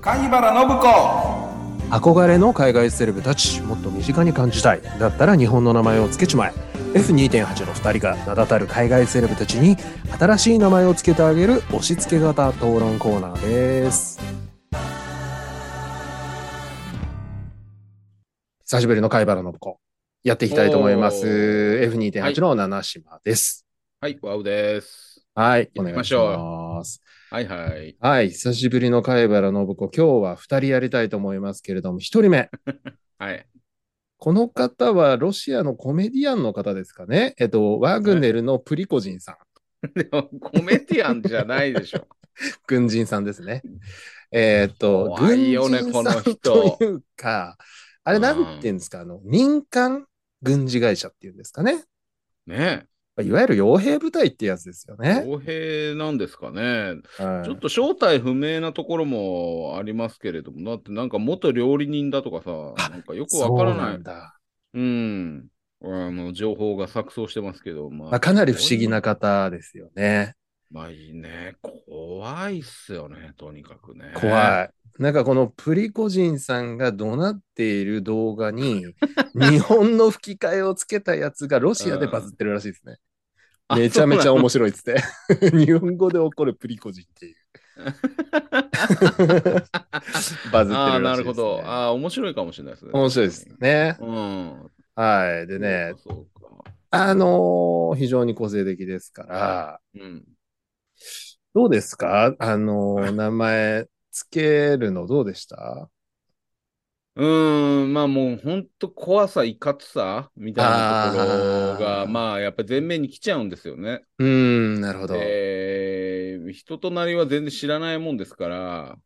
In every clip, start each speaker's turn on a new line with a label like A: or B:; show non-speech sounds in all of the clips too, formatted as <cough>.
A: 貝原信子
B: 憧れの海外セレブたちもっと身近に感じたいだったら日本の名前を付けちまえ F2.8 の2人が名だたる海外セレブたちに新しい名前を付けてあげる押し付け型討論コーナーです久しぶりの貝原信子やっていきたいと思います
A: お
B: F2.8 の七島です
A: はい、ワウです。
B: はい、
A: や
B: お
A: ってい
B: 願い
A: きまし
B: し
A: ょう
B: ます
A: はいはい。
B: はい久しぶりの貝原信子今日は2人やりたいと思いますけれども1人目
A: はい。 <laughs>
B: この方はロシアのコメディアンの方ですかね。えっと、ワグネルのプリコジンさん、
A: でも、コメディアンじゃないでしょ。 <laughs>
B: 軍人さんですね。えっと、
A: 怖いよね
B: 軍人さん
A: この人
B: というか、あれ
A: うん
B: なんていうんですか、あの、民間軍事会社っていうんですかね。
A: ね
B: いわゆる傭兵部隊ってやつですよ
A: え。
B: ね。
A: 公平なんですかね。
B: はい
A: ちょっと正体不明なところもありますけれども、だってなんか元料理人だとかさ、なんかよくわから
B: そう
A: ない。
B: んだ、
A: うん。あの情報が錯綜してますけど、ま
B: まあ。かなり不思議な。方ですよね。
A: まあいいね。怖いっすよね、とにかくね。 <laughs>
B: 怖い。なんかこのプリコジンさんが怒鳴っている動画
A: <laughs>
B: に日本の吹き替えをつけたやつがロシアでバズってるらしいですね。
A: あ
B: めちゃめち
A: そ
B: ゃ
A: うなの
B: 面白いっつって。日本語で起こるプリコジ
A: <laughs>
B: ンっていう。バズってるらしいです、ね。
A: ああ、なるほど。ああ、面白いかもしれないですね。
B: 面白いですね。
A: うん。
B: はい。でね、
A: そうか。
B: あのー非常に個性的ですから、
A: うん。
B: どうですかあのー
A: <laughs> はい
B: 名前つけるのどうでした
A: うーん、まあもう本当怖さ、いかつさみたいなところが、
B: あー
A: まあやっぱり前面に来ちゃうんですよね。
B: うーん、なるほど。
A: えー、人となりは全然知らないもんですから、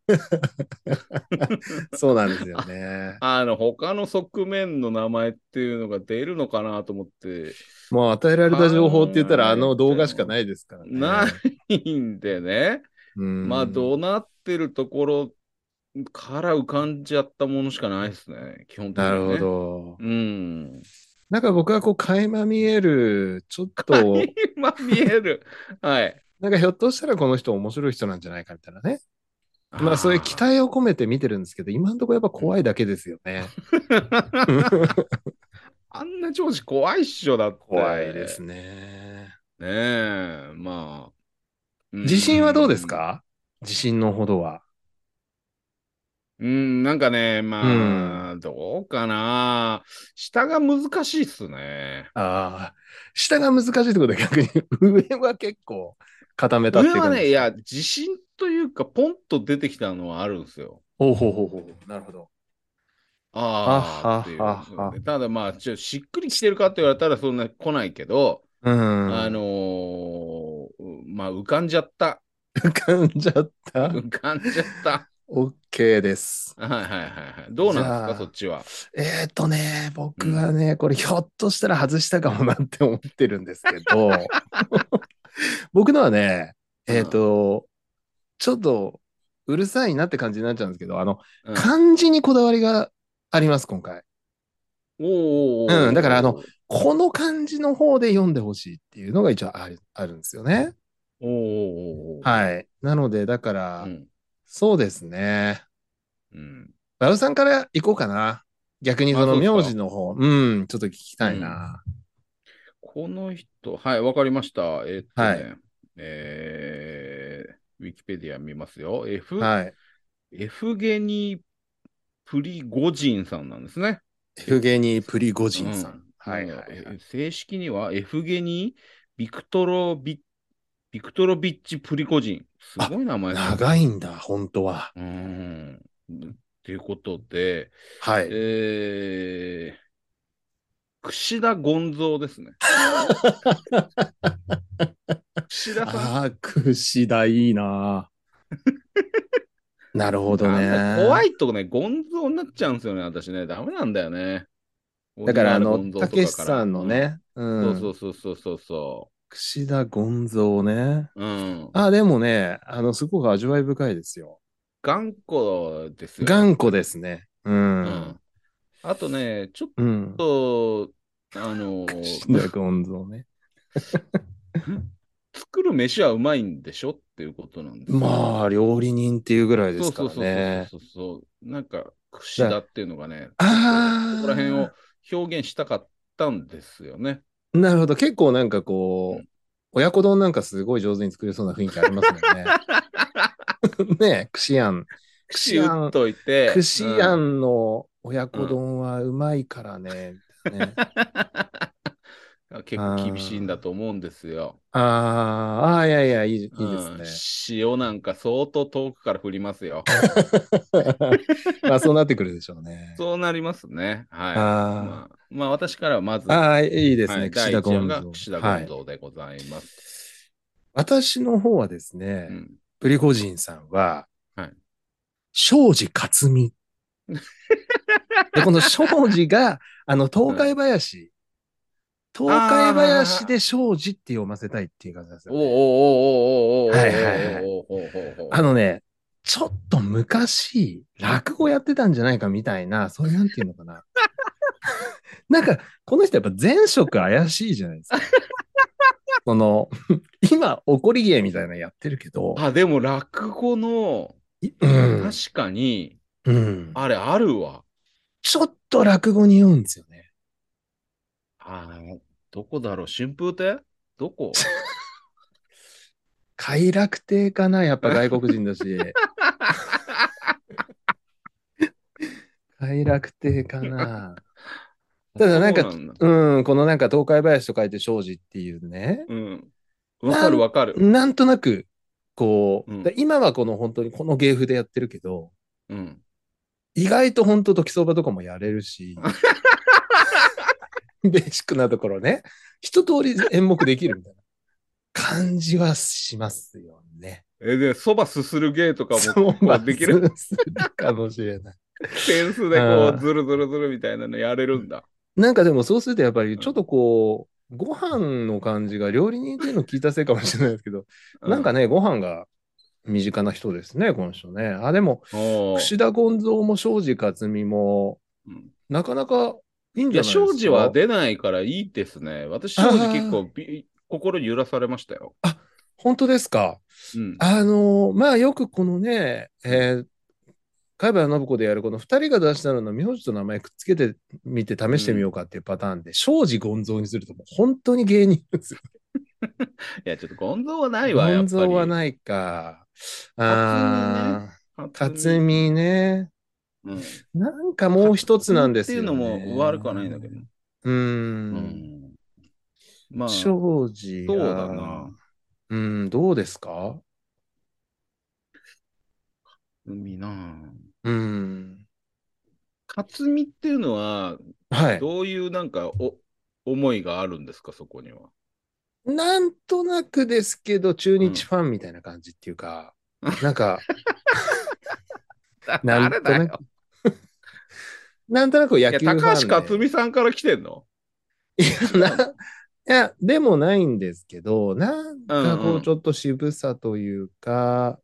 B: <laughs> そうなんですよ <laughs> ね。
A: あの、他の側面の名前っていうのが出るのかなと思って、
B: もう与えられた情報って言ったら、
A: 考
B: あ
A: えても
B: の動画しかないですからね。
A: ないんでね。
B: うん
A: まあ、怒鳴ってるところから浮かんじゃったものしかないですね、基本的に、ね。
B: なるほ。ど。
A: うん。
B: なんか僕はこう、垣間見える、ちょっ <laughs> と、
A: 今見える。はい。
B: なんかひょっとしたらこの人面白い人なんじゃないかみたいなね。まあそういう期待を込めて見てるんですけど、今のところやっぱ怖いだけですよね。
A: あんな上司怖いっしょだって。
B: <laughs> 怖いです。ね。
A: ねえ、まあ。うん
B: 自信はどうですか自信のほどは。
A: うん、なんかね、まあ、どうかな。下が難しいっすね。
B: ああ、下が難しいってことは逆に上は結構固めたっていう
A: 上
B: 感じ
A: は
B: で
A: ね、
B: すか
A: いや、自信というか、ポンと出てきたのはあるんですよ。
B: ほうほうほうほう。なるほど。
A: あ
B: は
A: あ
B: は
A: っていうんですよ
B: はは
A: ね。ただまあ、ちょしっくりきてるかって言われたらそんな来ないけど、
B: うん。
A: あの、ーまあ浮かんじゃった。
B: 噛んじゃった。
A: 浮かんじゃった。
B: オッケーです。
A: はいはいはいはい。どうなんで
B: じゃ
A: す
B: あ
A: か、そっちは。
B: えっ、とね、僕はね、これひょっとしたら外したかもなって思ってるんですけ <laughs> ど、僕のはね、えっ、と、ちょっとうるさいなって感じになっちゃうんですけど、あの、
A: うん
B: 漢字にこだわりがあります、今回。
A: おーおーおー
B: うんだからあの、この漢字の方で読んでほしいっていうのが一応あるあるんですよね。
A: おーおーおー
B: はい。なので、だから、
A: うん
B: そうですね。
A: うん。
B: バウさんから行こうかな。逆にそ
A: あ
B: の
A: そうですか
B: 名字の方、うん、ちょっと聞きたいな。
A: この人、はい、わかりました。えーっとね、
B: はい
A: えーウィキペディア見ますよ。F、
B: はい。
A: エフゲニー・プリゴジンさんなんですね。
B: エフゲニー・プリゴジンさん。
A: うん
B: はいはい、はい
A: え正式にはエフゲニー・ビクトロビビクトロビッチ・プリコジン。すごい名前ですね
B: 長いんだ、本当は。
A: うん。ということで、
B: はい。
A: えー、櫛田ゴンゾーですね。櫛田さん。
B: ああ、櫛田い
A: <laughs>
B: いな。なるほど
A: あ
B: ね
A: の。怖いとね、ゴンゾーになっちゃうんですよね、私ね。ダメなんだよね。
B: だから、あ
A: ゴ
B: の
A: ン、ゾーとか
B: た
A: から
B: けしさんの。ね、う。
A: うんんそうそうそうそうそ
B: 櫛田ゴンゾーね。
A: う。うん。
B: あ、でもね、あの、すごく味わい深いですよ。
A: 頑固ですよ。
B: 頑固ですね。う
A: うんん。。あとね、ちょっ
B: うん。
A: と、あのー
B: 櫛田ゴンゾーね。
A: 作る飯はうまいんでしょっていうことなんですよ
B: まあ、料理人っていうぐらいで
A: そ
B: す
A: う
B: か
A: そう
B: ら
A: そう
B: ね。
A: そうそうそう。なんか、串田っていうのがね、
B: ああ。
A: そこら辺を表現したかったんですよね。
B: なるほど。結構なんかこ
A: う
B: う、親子丼なんかすごい上手に作れそうな雰囲気ありますもんね。 <laughs> ねえ、串庵
A: 串打っといて。
B: 串
A: うん
B: 庵の親子丼はうまいからね。みたいなね
A: 結構厳しいんだと思うんですよ。
B: あーあー、いやいや、いいいい
A: うん
B: です
A: 塩なんか相当遠くから振ります
B: <laughs>
A: よ。
B: ね。 <laughs> まあそうなってくるでしょうね。
A: そうなりますね。はい。
B: あ
A: まあ、まあ、私からはまず、
B: ーあー、いいです
A: は
B: ね。
A: い
B: 串
A: 第
B: 田
A: 一話
B: 権
A: が
B: 蔵
A: 串田
B: は
A: 権
B: い。
A: 蔵でございます。
B: 私の方はですね、
A: うん
B: プリゴジンさんは、
A: はい
B: 庄司
A: <laughs>
B: 克美。で、この庄司
A: <laughs>
B: が、あの、東海林。東海林で庄司って読ませたいっていう感じなんですよ、
A: おう
B: ね。
A: おうおうおうおうおうおうおう
B: はいはいはい
A: おうおうおうおう
B: あのね、ちょっと昔、落語やってたんじゃないかみたいな、そういうなんていうの
A: <laughs>
B: かな。なんか、この人やっぱ前職怪しいじゃないで
A: <laughs>
B: すか。その、今、怒り芸みたいなのやってるけど、
A: あ、でも落語の、
B: いうん、
A: 確かに、
B: うん、
A: あれあるわ。
B: ちょっと落語に言うんですよね。
A: あーどこだろう春風亭どこ
B: 快楽亭かなやっぱ外国人だ <laughs> し。快楽亭かな <laughs> ただなんか
A: そうだ
B: うん、このなんか東海林と書いて庄司っていうね。
A: うん。わかるわかる。
B: なんとなく、こう、
A: うん
B: だ今はこの本当にこの芸風でやってるけど、
A: うん。
B: 意外と本当時相場とかもやれ
A: <laughs>
B: るし、ベーシックなところね、一通り演目できるみたいな感じはしますよね。
A: え、で、そばすする芸とかも
B: う
A: こうできる。
B: かもしれない。
A: 点数でこ
B: うん
A: う、ずるずるずるみたいなのやれるんだ。
B: なんかでもそうするとやっぱりちょっとこう、ご飯の感じが料理人っていうの聞いたせいかもしれないですけど、
A: う
B: なんか、ね、ご飯が身近な人ですね、この人ね。あ、でも、
A: おー
B: 串田権蔵も庄司克美も、
A: うん
B: なかなかいいん
A: い
B: じ
A: や、
B: ゃないですか。
A: 庄司は出ないからいいですね。私、庄司結構び、心揺らされましたよ。
B: 本当ですか。
A: うん。
B: あのまあよくこのね、えー、海原信子でやるこの2人が出したのの名字と名前くっつけてみて試してみようかっていうパターンで、庄司権蔵にするともう本当に芸人ですよ。
A: いや、ちょっと、ゴンゾーはないわ、やっぱ
B: 権
A: り。。
B: 蔵はいないか。あ
A: 勝
B: あ、辰巳ね。なんかもう一つなんですよ、
A: っ
B: ね。
A: ていうのも悪くはないんだけど。。う
B: う。
A: んん。まあ、そう
B: 庄司が
A: だな。。
B: うん、どうですか
A: 海なあ
B: うん。
A: 勝美っていうのは、
B: はい。
A: どういうなんかお思いがあるんですか、そこに <laughs> は。
B: なんとなくですけど、中日ファンみたいな感じっていうか、な
A: <laughs>
B: んか、なん
A: 誰
B: と
A: だ
B: な
A: よ
B: く。なんとなく
A: い
B: 野
A: や、
B: 球ファンで
A: 高橋克美さんから来てんの
B: いやないや、でもないんですけど、なんか
A: うん
B: こ
A: う
B: うんちょっと渋さというか、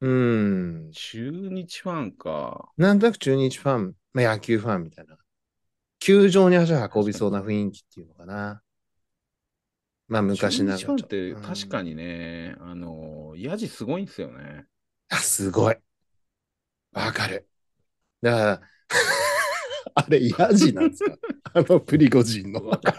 B: うん、
A: 中日ファンか。
B: なんとなく中日ファン、まあ、野球ファンみたいな。球場に足を運びそうな雰囲気っていうのかな。まあ昔ながら
A: 中日
B: ち
A: フ
B: ょ
A: ァ
B: っ
A: ン
B: と。
A: って確か
B: に。
A: にね、あの、ヤジすごいんですよね。
B: あ、すごい。わかる。だから、 <laughs> あれ、ヤジなんですかあのプリゴジン
A: <laughs>
B: の。
A: わか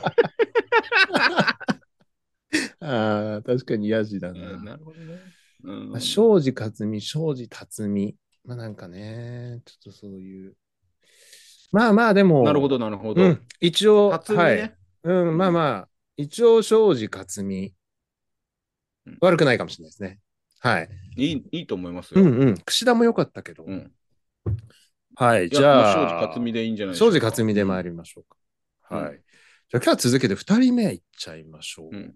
B: ああ、確かにヤジだ
A: るうんな
B: な。
A: るほどね。うん
B: まあ、庄司克美、庄司辰巳。まあなんかね、ちょっとそういう。まあまあ、でも、
A: なるほど、なるほど。
B: うん、一応、
A: 辰巳
B: はい。
A: ね。
B: うん、まあまあ、一応、庄司克美
A: うん。
B: 悪くないかもしれないですね。はい。
A: いい、いいと思います
B: う
A: よ。
B: んうん。櫛田も良かったけど。
A: うん。
B: はい。
A: いやもう
B: じ
A: 庄
B: ゃあ、
A: 司克美でいいんじゃない
B: 庄司克美で
A: ま
B: 参
A: い
B: りましょうか。
A: うん
B: はい。じゃあ、今日は続けて2人目いっちゃいましょう。
A: うん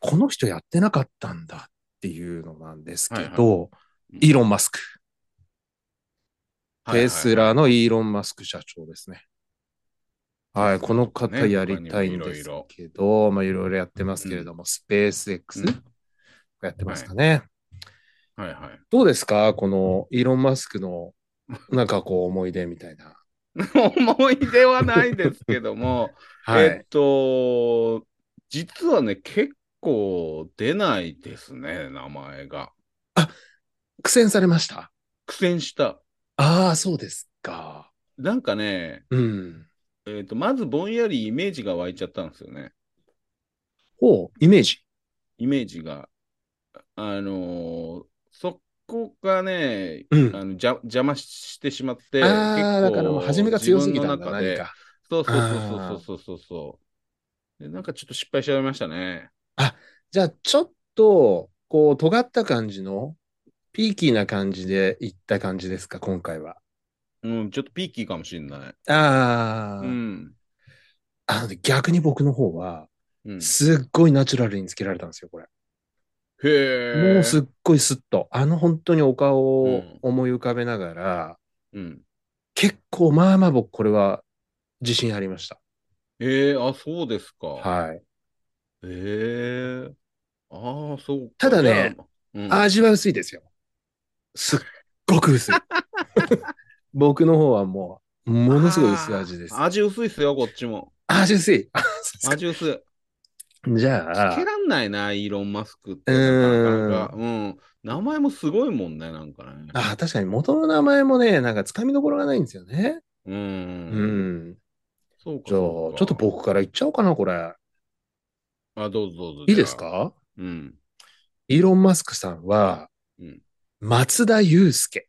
B: この人やってなかったんだっていうのなんですけど、
A: いうん
B: イーロン・マスク。
A: はいはい
B: テスラのイーロン・マスク社長ですね。はい、この方やりたいんですけど、まあいろいろやってますけれども、スペース X
A: うん
B: やってますかね。
A: はいはい。 <laughs>
B: どうですかこのイーロン・マスクのなんかこう思い出みたいな。
A: 思い出 <laughs> はないですけども、
B: は
A: えっ
B: い。
A: と、実はね、結構出ないですね、名前が。
B: 苦戦されました
A: 苦戦した。
B: ああ、そうですか。
A: なんかね、
B: うん。
A: えっ、と、まずぼんやりイメージが湧いちゃったんですよね。
B: ほう、イメージ。
A: イメージが。あのーそこがね、
B: うん。
A: あの邪邪魔してしまって、
B: ああ、だからもう初めが強すぎた
A: 自
B: ん
A: 分
B: だ、
A: の中
B: 何
A: で。
B: か。
A: そうそうそうそうそうそうそう。で、なんかちょっと失敗しちゃいましたね。
B: じゃあ、ちょっと、こう、尖った感じの、ピーキーな感じでいった感じですか、今回は。
A: うん、ちょっとピーキーかもしれない。
B: ああ、
A: うん。
B: あのね逆に僕の方は、
A: うん、へ
B: すっごいナチュラルにつけられたんですよ、これ。
A: え。
B: もうすっごいスッと、あの本当にお顔
A: う
B: を
A: ん
B: 思い浮かべながら、
A: うん。
B: 結構、まあまあ僕、これは自信ありました。
A: へえ、あ、そうですか。
B: はい。
A: へえ。ああ、そうか。
B: ただね
A: じゃあ、うん、
B: 味は薄いですよ。すっごく
A: <laughs>
B: 薄い。僕の方はもう、ものすごい薄い味です
A: あ。ー味薄いっすよ、こっちも。
B: 味薄い。
A: 味薄い。
B: じ
A: つ
B: ゃ
A: け
B: あ、
A: らんないな、イーロン・マスクって。
B: うーん
A: なかなか。うん。名前もすごいもんね、なんかね。
B: あ確かに元の名前もね、なんかつかみどころがないんですよね。
A: う。
B: うんん。
A: そうか
B: じ
A: そ
B: ゃあ、ちょ
A: うか
B: っと僕から言っちゃおうかな、これ。
A: あ、どうぞどうぞ。
B: いいです
A: じゃあ
B: か
A: うん。 <laughs>
B: イーロン・マスクさんは
A: うん、
B: 松田祐介。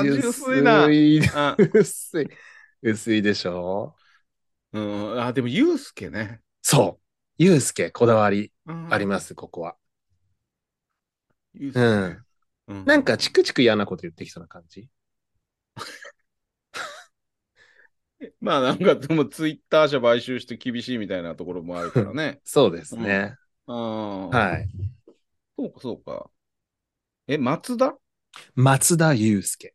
A: 味薄いな
B: 味薄い。
A: あ、
B: <laughs> 薄い。薄いでしょ
A: うん。あ、でも、ユうスケね。
B: そう。祐介、こだわり
A: あ。
B: ありますす、ここは。
A: ユウスケ
B: うん。
A: う
B: なんか、チクチク嫌なこと言ってきそうな感じ。。
A: <laughs> まあなんかでもツイッター社買収して厳しいみたいなところもあるからね
B: <laughs> そうですね。
A: は
B: はい。
A: い。そうかそうか。え、松田
B: 松田祐介。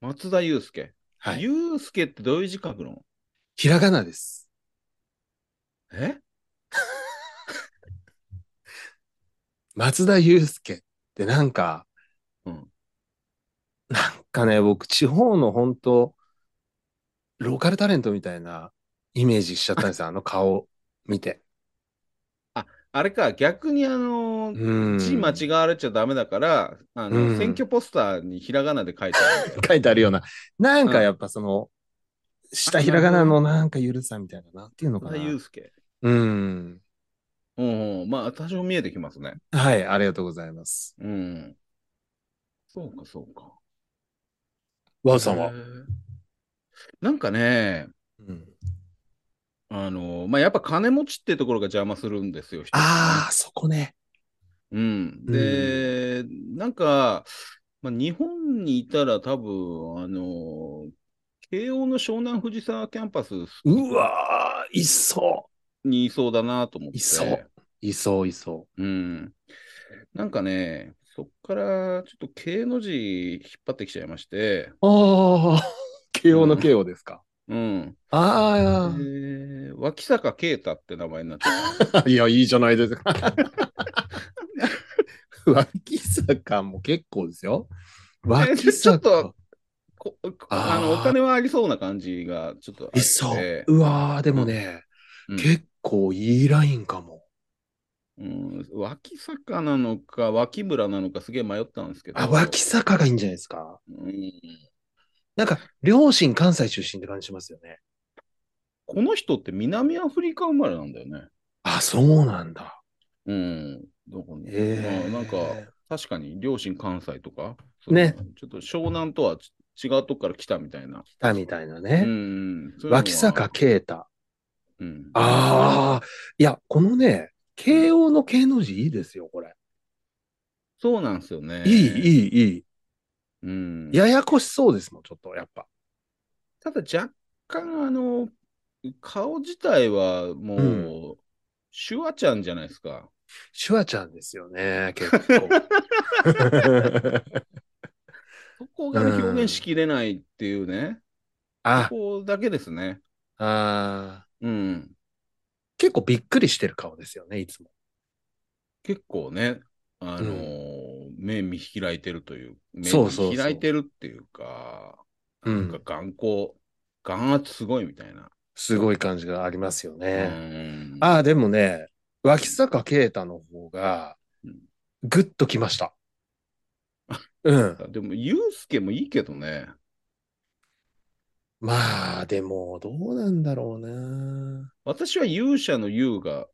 A: 松田祐介。
B: はい。
A: 祐介ってどういう字書くの
B: ひらがなです。
A: え
B: 松田祐介ってなんか、
A: うん
B: なんかね、僕、地方の本当ローカルタレントみたいなイメージしちゃったん <laughs> ですよ、あの顔見て。
A: あれか、逆にあのー
B: うん。
A: 字間違われちゃダメだから、あの、
B: うん
A: 選挙ポスターにひらがなで書いてあ
B: <laughs>
A: る。
B: 書いてあるような。なんかやっぱその、下ひらがなのなんかゆるさみたいな、なんていうのか
A: 松田
B: な。
A: 祐介。
B: うん。
A: うんうん、まあ多少見えてきますね。
B: はい、ありがとうございます。
A: うん。そうかそうか。
B: ワウ
A: へーなんかね、
B: うん、
A: あのーまあやっぱ金持ちってところが邪魔するんですよ。人ってね
B: ああ、そこね。
A: うん、で、なんか、まあ、日本にいたら多分、あの、慶応の湘南藤沢キャンパス
B: うわー、いそ
A: にいそうだなと思って。
B: いそう。いそう、いそう。
A: うん。なんかね、そっからちょっと慶の字引っ張ってきちゃいまして、
B: ああ、慶応の慶応ですか。
A: うん。
B: あ
A: で脇坂慶太って名前になって
B: <laughs>
A: た。
B: あ、いや、いいじゃないですか。 <laughs> 脇坂も結構ですよ。脇
A: ちょっと
B: 坂。
A: こ
B: あー
A: あのお金はありそうな感じがちょっとあって。
B: いそう。うわー、でもね、
A: うん
B: 結構いいラインかも。
A: うん、脇坂なのか脇村なのかすげえ迷ったんですけど。
B: あ、脇坂がいいんじゃないですか。
A: うん
B: なんか、両親関西出身って感じしますよね。
A: この人って南アフリカ生まれなんだよね。
B: あ、そうなんだ。
A: うん。どこに、
B: ええ
A: まあなんか、確かに両親関西とか、
B: ね
A: そう。ちょっと湘南とはち違うとこから来たみたいな。
B: 来たみたいな
A: うん。そうい
B: ね。
A: うのは
B: 脇坂。慶太。
A: うん、
B: ああ、いや、このね、慶応の慶の字いいですよ、これ。
A: そうなんですよね。
B: いい、
A: い。
B: いい、いい。
A: うん、
B: ややこしそうですもん、ちょっと、やっぱ。
A: ただ若干、あの、顔自体はもう、
B: う
A: シュワちゃんじゃないですか。
B: シュワちゃんですよね、結
A: <laughs>
B: 構。
A: そこがね
B: うん
A: 表現しきれないっていうね。
B: <laughs> あ
A: そ、こだけですね。
B: あー
A: うん。
B: 結構びっくりしてる顔ですよね、いつも。
A: 結構ね、あのー目見開いてるという、目
B: そうそうそう
A: 見開いてるっていうか、
B: うん
A: なんか眼光、眼圧すごいみたいな。
B: すごい感じがありますよ
A: う
B: ね。
A: ん
B: ああ、でもね、脇坂啓太の方が
A: うん、
B: ぐっときました。うん。
A: でも、ユースケもいいけどね。
B: まあ、でも、どうなんだろうな。
A: 私は勇者の勇が、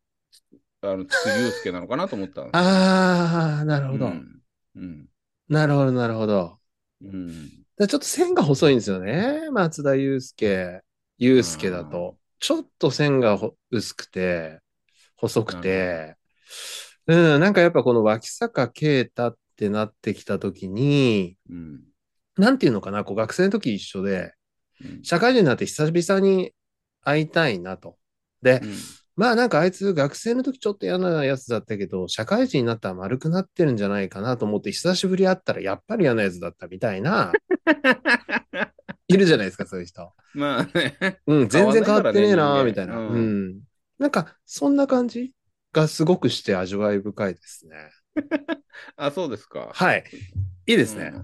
A: あの、つくユースケなのかなと思った。な
B: ああ、なるほど。
A: うん。うん。
B: なるほど、なるほど。
A: うん。
B: でちょっと線が細いんですよね。松田祐介、祐介だと。ちょっと線がほ薄くて、細くて。うん、なんかやっぱこの脇坂啓太ってなってきたときに、
A: うん。
B: なんていうのかな、こう学生の時一緒で、
A: うん
B: 社会人になって久々に会いたいなと。で、まあなんかあいつ学生の時ちょっと嫌なやつだったけど、社会人になったら丸くなってるんじゃないかなと思って、久しぶり会ったらやっぱり嫌なやつだったみた
A: <laughs>
B: いな、いるじゃないですか、そういう人。
A: まあね。 <laughs>
B: うん、全然変わってね
A: 変
B: えな、
A: わんな
B: み
A: いか
B: たい
A: らね
B: な。
A: 人間
B: う
A: うん
B: ん。なんか、そんな感じがすごくして味わい深いですね。
A: あ、そうですか。
B: はい。いい
A: い
B: ですね。
A: い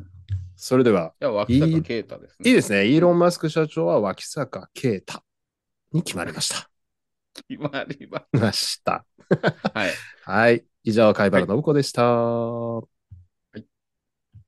B: それでは、
A: や、脇坂啓太ですね。
B: いい
A: <laughs>
B: ですね。イーロン・マスク社長は脇坂啓太に決まり
A: <laughs>
B: ました。
A: 決まりま
B: ました。
A: はい。
B: はい。以上、貝原信子でした。